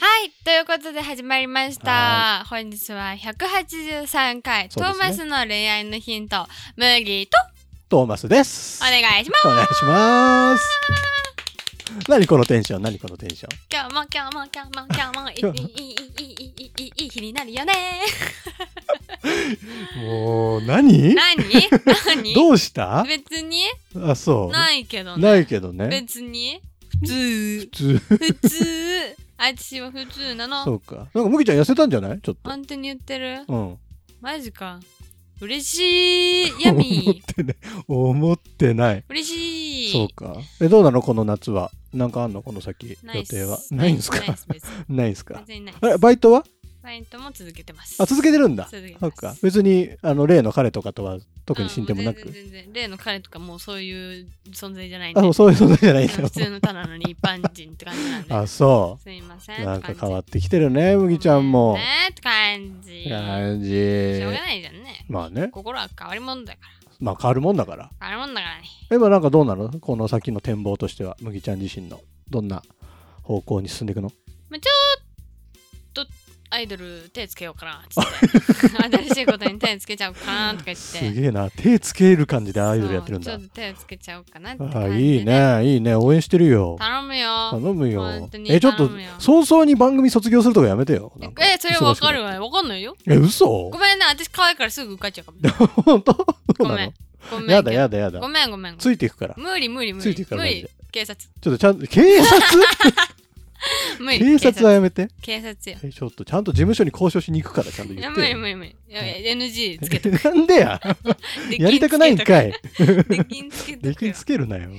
はい、ということで始まりました。本日は183回、トそうでーすねマスの恋愛のヒント、麦とトーマスです。お願いしまおす。願いします。何このテンション何このテンション今日も今日も今日も今日もいいいいいいいいいいいい日になるよね。もう何何？何？どうした別にあ、そう。なないけどいね。けどね。別に 普通普通。普通。私は普通なその。うか。なんか麦ちゃん痩せたんじゃないちょっと。本当に言ってる？うん。マジか。嬉しい。や み。思ってない。嬉しい。そうか。え、どうなのこの夏は。なんかあんのこの先ナ予イス定は。ないんですかナイスナイス別にないんすか全然ないあれバイトはバイトも続けてます。あ、続けてるんだ。続けてますそうか。別に、あの、例の彼とかとは特に死進ん展もなく全。然全然例の彼とかもうそういう存在じゃないんであ、もうそういうことじゃないんあの普通のただの一般人って感じなんでだ。あ、そう。すいませんなんか変わっってきてるね、麦ちゃんもね。って感じ感じ。しょうがないじゃんねまあね、心は変わりもんだからまあ変わるもんだから。変わりもんだからね今なんかどうなのこの先の展望としては、麦ちゃん自身のどんな方向に進んでいくのまあちょっとアイドル手つけようかなっつって 新しいことに手つけちゃおうかなとか言ってすげえな、手つける感じでアイドルやってるんそだうちょ。っと手をつけちゃおうかなって感じあでいいね、いいね、応援してるよ。頼むよ頼むよ本当。にえ、ちょっと頼むよ早々に番組卒業するとかやめてよ。なんかえそれはわかる。忙しわわかんないよくなってえ、嘘ごめんな私可愛いからすぐ受かっちゃうかも本当そうごなめのんごめんやだやだやだご。めんごめんごめんついていくから。無理無理無ついて理くから無マジ理で警察 ちょっとちゃんと、警察無理警察はやめて。警察よえちょっとちゃんと事務所に交渉しに行くからちゃんとい言やっ無て理よ。無理無理いやいや NG つけなんでやて やりたくないんかい。できんつけと でくきよつけるなよ。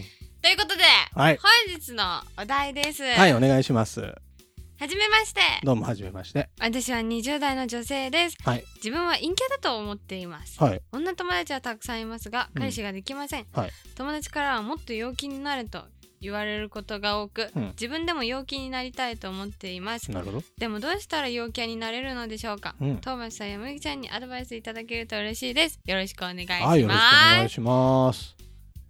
ということではい。本日のお題ですは、はいお願いします。じめましてどうも、はじめまして。私は20代の女性ですはい。自分は陰キャだと思っていますはい。女友達はたくさんいますがうん彼氏ができません、はい友達からはもっと陽気になると言われることが多く、うん自分でも陽気になりたいと思っていますなるほど。でもどうしたら陽キャになれるのでしょうか、うんトーマスさんやむぎちゃんにアドバイスいただけると嬉しいですよろしくお願いします、はい、よろしくお願いします。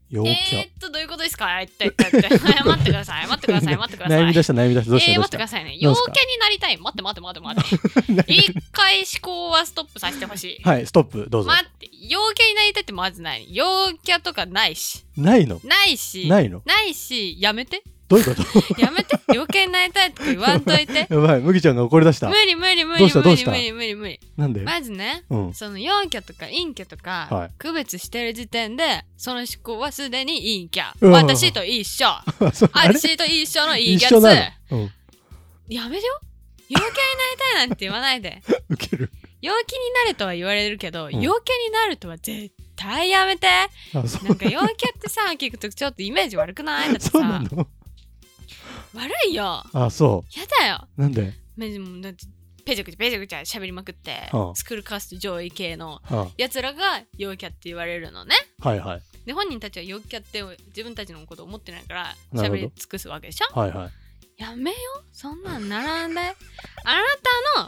陽キえー、っとどういうことですか一体一 体一体はい待ってください待ってください待ってくャ。ださい悩み出した、悩み出した。どうしえたーどう待っしてくたださいねど陽うキしャたになりたい待って待って待って待 って一回思考はストップさせてほしいはい、ストップ、どうぞ。待って陽キャになりたいってまずない陽キャとかないしないのないしないのないしやめてどういうこやめ て陽キャになりたいとか言わんといてと やばい、麦ちゃんが怒り出し無た。理無理無理ど無うしたどうし理た無理無理無理なんでまずねうん。 その陽キャとか陰キャとはかい区別してる時点でその思考はすでに陰キャうわ私と一緒 あそうあれ私と一緒の陰一キャ緒なつのうん。やめてよ陽キャになりたいなんて言わないでウケる。陽気になるとは言われるけどん陽キャになるとは絶対やめてあ、そな。うんか陽キャってさ聞くとちょっとイメージ悪く ないだってそうなさの悪いよあ、そやだよう。なんでめでもだってペチャクチャペチャクチャ喋りまくって、はあスクールカースト上位系のあやつらが陽キャって言われるのねはいはい。で本人たちは陽キャって自分たちのこと思ってないからなるほど喋り尽くすわけでしょはいはい。やめよそんなん並んであなたの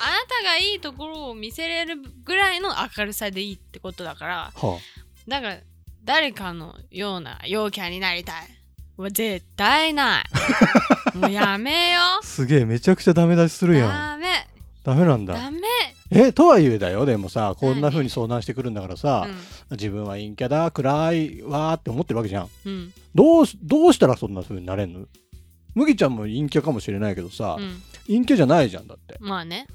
あなたがいいところを見せれるぐらいの明るさでいいってことだからはだから誰かのような陽キャになりたいは絶対ない もうやめよあ。すげえ、めちゃくちゃダメ出しするやん。ダメダメなんだ。ダメ、えとはいえだよでもさこんな風に相談してくるんだからさ、うん自分は陰キャだ暗いわーって思ってるわけじゃんうんどうしどうしたらそんな風になれんの麦ちゃんも陰キャかもしれないけどさ、うん、陰キャじゃないじゃんだってまあね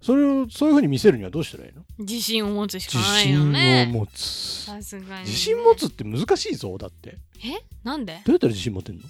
それをそういう風に見せるにはどうしたらいいの自信を持つしか自ない信よをね持つ、さすがにね自信持つって難しいぞだってえなんでどうやったら自信持てんの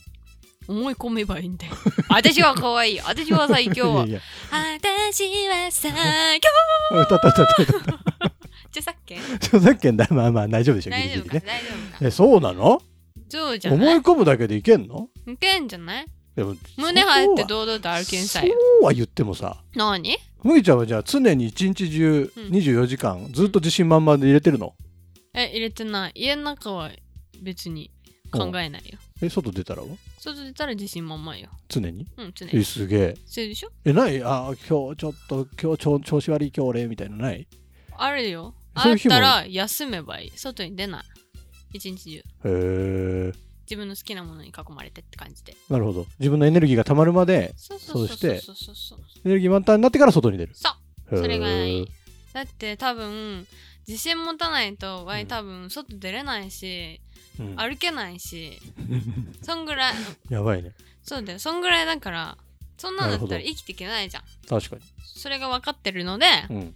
思い込めばいいんだよ 私は可愛い私は最強いやい私は最強や歌った歌った歌 ったじゃあさっき著作権だまあまあ大丈夫でしょギ大丈リギ夫リかね大丈夫かえそうなのそうじゃ思いない込むだけでいけんのいけんじゃないでも胸張ってう堂々と歩きなさいそようは言ってもさ何麦ちゃんはじゃあ常に一日中うん24時間ずっと自信満々で入れてるの、え入れてない家の中は別に考えないよえ外出たらは外出たら自信満々よ常にうん常えにすげえそれでしょえないあー今日ちょっと今日ちょ調子悪い今日俺みたいなのないあるよそあういうっ日もたら休めばいい外に出ない一日中へえ自分の好きなものに囲まれてって感じでなるほど自分のエネルギーが溜まるまでそうそうそうそうしそうてそうそうそうエネルギー満タンになってから外に出るそうへーそれがいいだって多分自信持たないとわい多分外出れないし、うん歩けないしそんぐらいやばいねそうだよそんぐらいだからそんなんだっなたらるほど生きていけないじゃん確かそれが分かってるので、にうん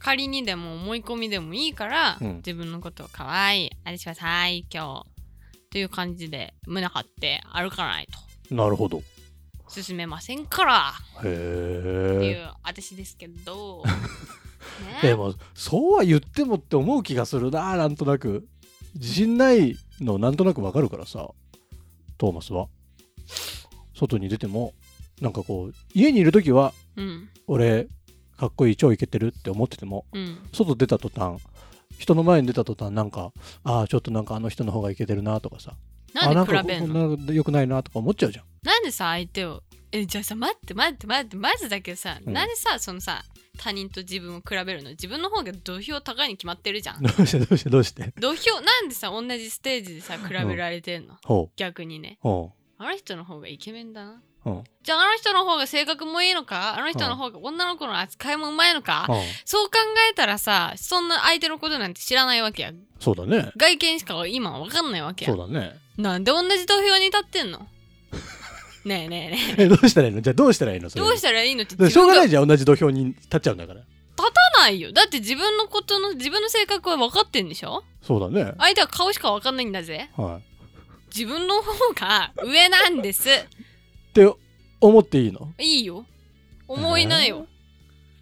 仮にでも思い込みでもいいから、うん自分のことを可愛いあれしますはい今日という感じで胸張って歩かないとなるほどへ進めませんからっていえう私ですけ どねでもそうは言ってもって思う気がするななんとなく自信ないのなんとなくわかるからさトーマスは外に出てもなんかこう家にいる時はうん俺かっこいい超イケてるって思っててもうん外出た途端人の前に出た途端なんかああちょっとなんかあの人の方がイケてるなとかさあなんでな比べんのんかよくないなとか思っちゃう じゃんなんでさ相手をえじゃあさ待って待って待ってまずだけどさ、うんなんでさそのさ他人と自分を比べるの自分の方が土俵高いに決まってるじゃんどうしてどうしてどうして土俵なんでさ同じステージでさ比べられてんの、ほう逆にねほあの人の方がイケメンだなうほうじゃああの人の方が性格もいいのかあの人の方が女の子の扱いもうまいのか、ほうそう考えたらさそんな相手のことなんて知らないわけやそうだね外見しか今わかんないわけそやうだねなんで同じ土俵に立って んのねえねえねええどうしたらいいのじゃあどうしたらいいのそれどうしたらいいのってだから自しょう分ががないじゃん同じ土俵に立っちゃうんだからないよだって自分のことの自分の性格は分かってんでしょそうだね相手は顔しか分かんないんだぜはい自分の方が上なんですって思っていいのいいよ思いなよ、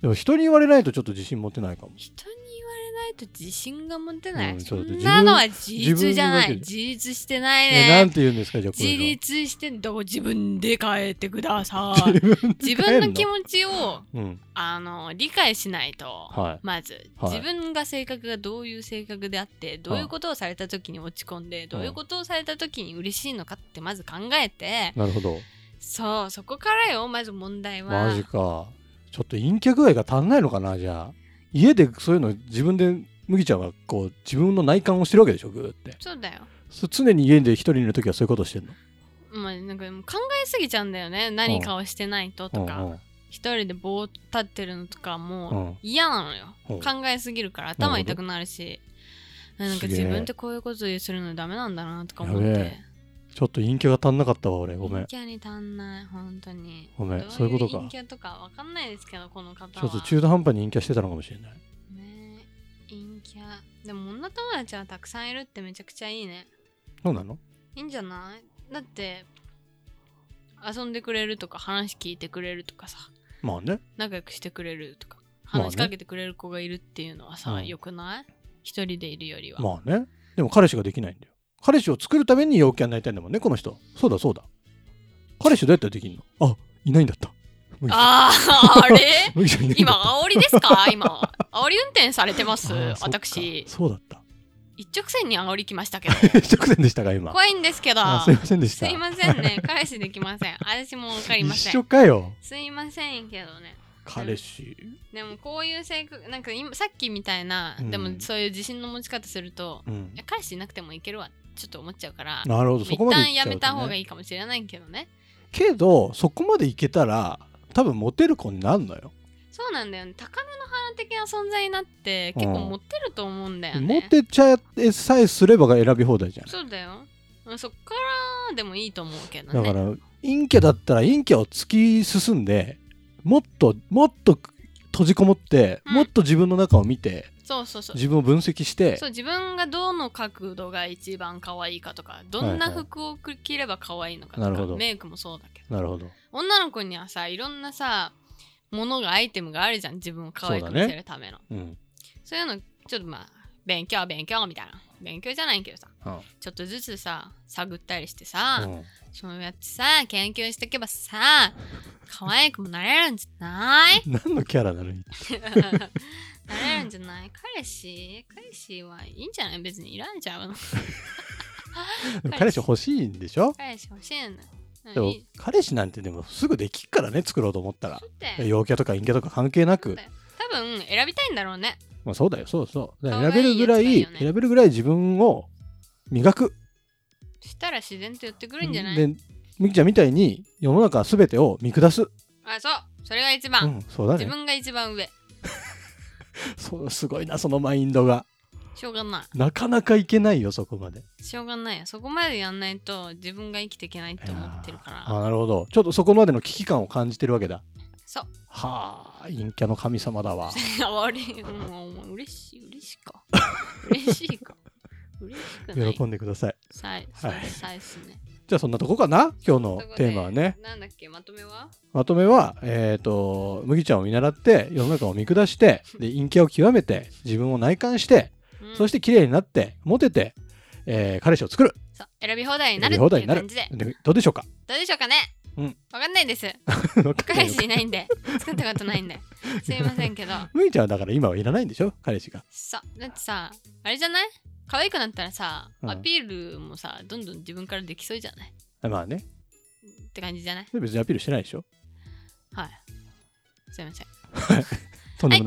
でも人に言われないとちょっと自信持てないかも人に言われないと自信が持てない、うんそそうだんなのは自分立じゃな自分のだいけで自立してないえなんねて言うんですかじゃあこう自いうの立してんだから自分で変えてくださ い自分の気持ちをうんあの理解しないとはいまず、はい自分が性格がどういう性格であってどういうことをされた時に落ち込んで、どういうことをされた時に嬉しいのかってまず考えて、なるほどそうそこからよまず問題はマジかちょっと陰キャ具合が足んないのかなじゃあ家でそういうの自分で麦ちゃんはこう自分の内観をしてるわけでしょグーってそうだよそ常に家で一人にいる時はそういうことしてるのまあなんかでも考えすぎちゃうんだよね何かをしてないととか、一人でぼーっと立ってるのとかうんうんもううん嫌なのよ、うん考えすぎるから頭痛くなるしなんかすげえ自分ってこういうことするのダメなんだなとか思っやべてえちょっと陰キャが足んなかったわ俺ごめ陰んキャに足んない本当にごめんどそういうことか陰キャとかわかんないですけどこの方ちはょっと中途半端に陰キャしてたのかもしれないねえ陰キャでも女友達はたくさんいるってめちゃくちゃいいねそうなのいいんじゃないだって遊んでくれるとか話聞いてくれるとかさまあね仲良くしてくれるとかまあね話しかけてくれる子がいるっていうのはさ、うんよくない一人でいるよりは、まあねでも彼氏ができないんだよ彼氏を作るために陽キャになりたいんだもんねこの人そうだそうだ彼氏どうやったらできるのあいないんだった麦ちゃんあああれ麦ちゃんいないん今だった煽りですか今煽り運転されてますあーそっか私そうだった 一直線に煽りきましたけど一直線でしたか今怖いんですけどあすいませんでしたすいませんね返しできません私も分かりませ一緒んかよすいませんけどね彼氏でもこういう性格なんか今さっきみたいな、うんでもそういう自信の持ち方するとうんいや彼氏いなくてもいけるわちょっと思っちゃうからなるほどそこまで一旦行っちやゃうとねめた方がいいかもしれないけどねけどそこまでいけたら多分モテる子になるのよそうなんだよね高嶺の花的な存在になって結う構んモテると思うんだよモね、テちゃえさえすればが選び放題じゃないそうだようんそっからでもいいと思うけどだねから陰キャだったら陰キャを突き進んでもっともっと閉じこもって、うんもっと自分の中を見てそうそうそう自分を分析してそう自分がどの角度が一番可愛いかとかどんはないはい服を着れば可愛いのかとなか、るほどメイクもそうだけどなるほど女の子にはさいろんなさものがアイテムがあるじゃん自分を可愛くそうだね見せるためのうんそう,、いうのちょっとまあ勉強勉強みたいな勉強じゃないけどさうんちょっとずつさ探ったりしてさ、うんそうやってさ研究してけばさ可愛くもなれるんじゃない 何のキャラなのになれるんじゃない彼氏彼氏はいいんじゃない別にいらんじゃん彼氏欲しいんでしょ彼氏欲しいのでも彼氏なんてでもすぐできっからね作ろうと思ったらって陽キャとか陰キャとか関係な多く分選びたいんだろうねまあそうだよそうそうだか可愛らい選べるぐらやついがいいよね選べるぐらい自分を磨くしたら自然と寄ってくるんじゃないでみきちゃんみたいに世の中全てを見下す、あそうそれが一う番、ん、そうだ自ね分が一番上そうすごいなそのマインドがしょうがななかなかいけないよそこまでいしょうがないよそこまでやんないと自分が生きていけないって思ってるからあなるほどちょっとそこまでの危機感を感じてるわけだそうはあ陰キャの神様だわあれ、うん、嬉しい、嬉しいか。嬉しいか。嬉しくない。喜んでくださいさい、はいさいっすね。じゃあそんなとこかな今日のテーマはねということで。なんだっけ、まとめは、まとめは、えっ、と、麦ちゃんを見習って、世の中を見下して、で、陰キャを極めて、自分を内観して、そしてて綺麗になって、モテて、えー彼氏を作る。そう選び放題にな選るびっ放て題いにうな感る。じで。でどうでしょうかどうでしょうかねうんわかんないです。わかんない彼よ氏いないんで、作ったことないんで。すいませんけど。 麦ちゃんはだから今はいらないんでしょ彼氏が。そう、だってさ、あれじゃない可愛くなったらさ、うんアピールもさ、どんどん自分からできそうじゃないまあね。って感じじゃない別にアピールしてないでしょはい。すいません。はい、ととんでもないいう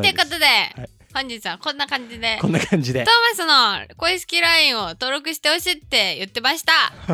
でこす。とで、い本日はこんな感じでこ。んな感じでト。ーマスの公式 LINE を登録してほしいって言ってました。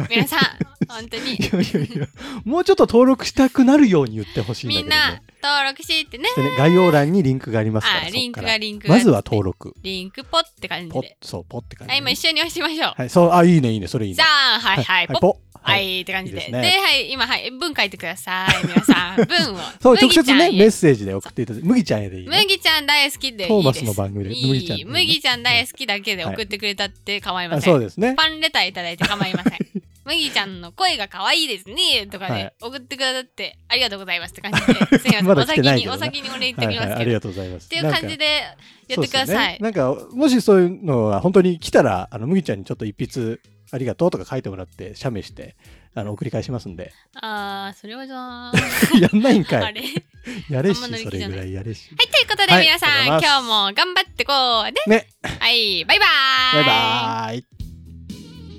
皆さん、本当にい。やいやいや、もうちょっと登録したくなるように言ってほしいんだみけどんね。な登録していってね。でね概要欄にリンクがありますから。あ、そっリンクかがらリンクが。まずは登録。リンクポって感じポッで。、そう、ポッって感じはい、で今ね。一緒に押しましょう。はい、そう、あ、いいね、いいね、それいいじねゃ。あ、はいはい、ポッ。ポッ。は。い、って感じで。いいで、ですはねい、今、はい、文書いてください。皆さ ん、文を。そう、直麦ちゃ接んね、へメッセージで送っていただいて、麦ちゃんへでいいね。麦ちゃん大好きでいいです。トーマスの番組でいい麦ちゃんでいいね麦ちゃん大好きだけで送ってくれたって構いまあせんそ。うですね。パンレターいただいて構いま せん。麦ちゃんの声が可愛いですねとかはでい送ってくださってありがとうございますって感じ で、すいません、まだお来て先ないにけどおね先にお礼言っはていきまはすけど、い、ありがとうございます。っていう感じでやってください。なんかそうですねなんかもしそういうのは本当に来たらあの麦ちゃんにちょっと一筆ありがとうとか書いてもらって写メしてあの送り返しますん であー、それはじ ゃあ、やんないんかあいれ。はい、というやれしあんま乗りそ気じれゃないぐらいやれしことではい皆さん、あり今がとうござい日ますも頑張ってこうね。ねはい、バイバーバイバーイ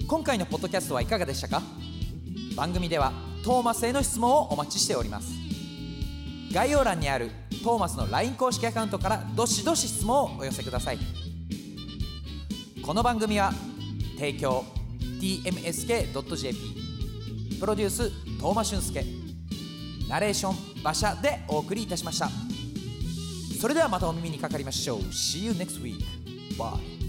今回のポッドキャストはいかがでしたか番組ではトーマスへの質問をお待ちしております概要欄にあるトーマスの LINE 公式アカウントからどしどし質問をお寄せくださいこの番組は提供 tmsk.jp プロデューストーマ俊介ナレーション馬車でお送りいたしましたそれではまたお耳にかかりましょう See you next week Bye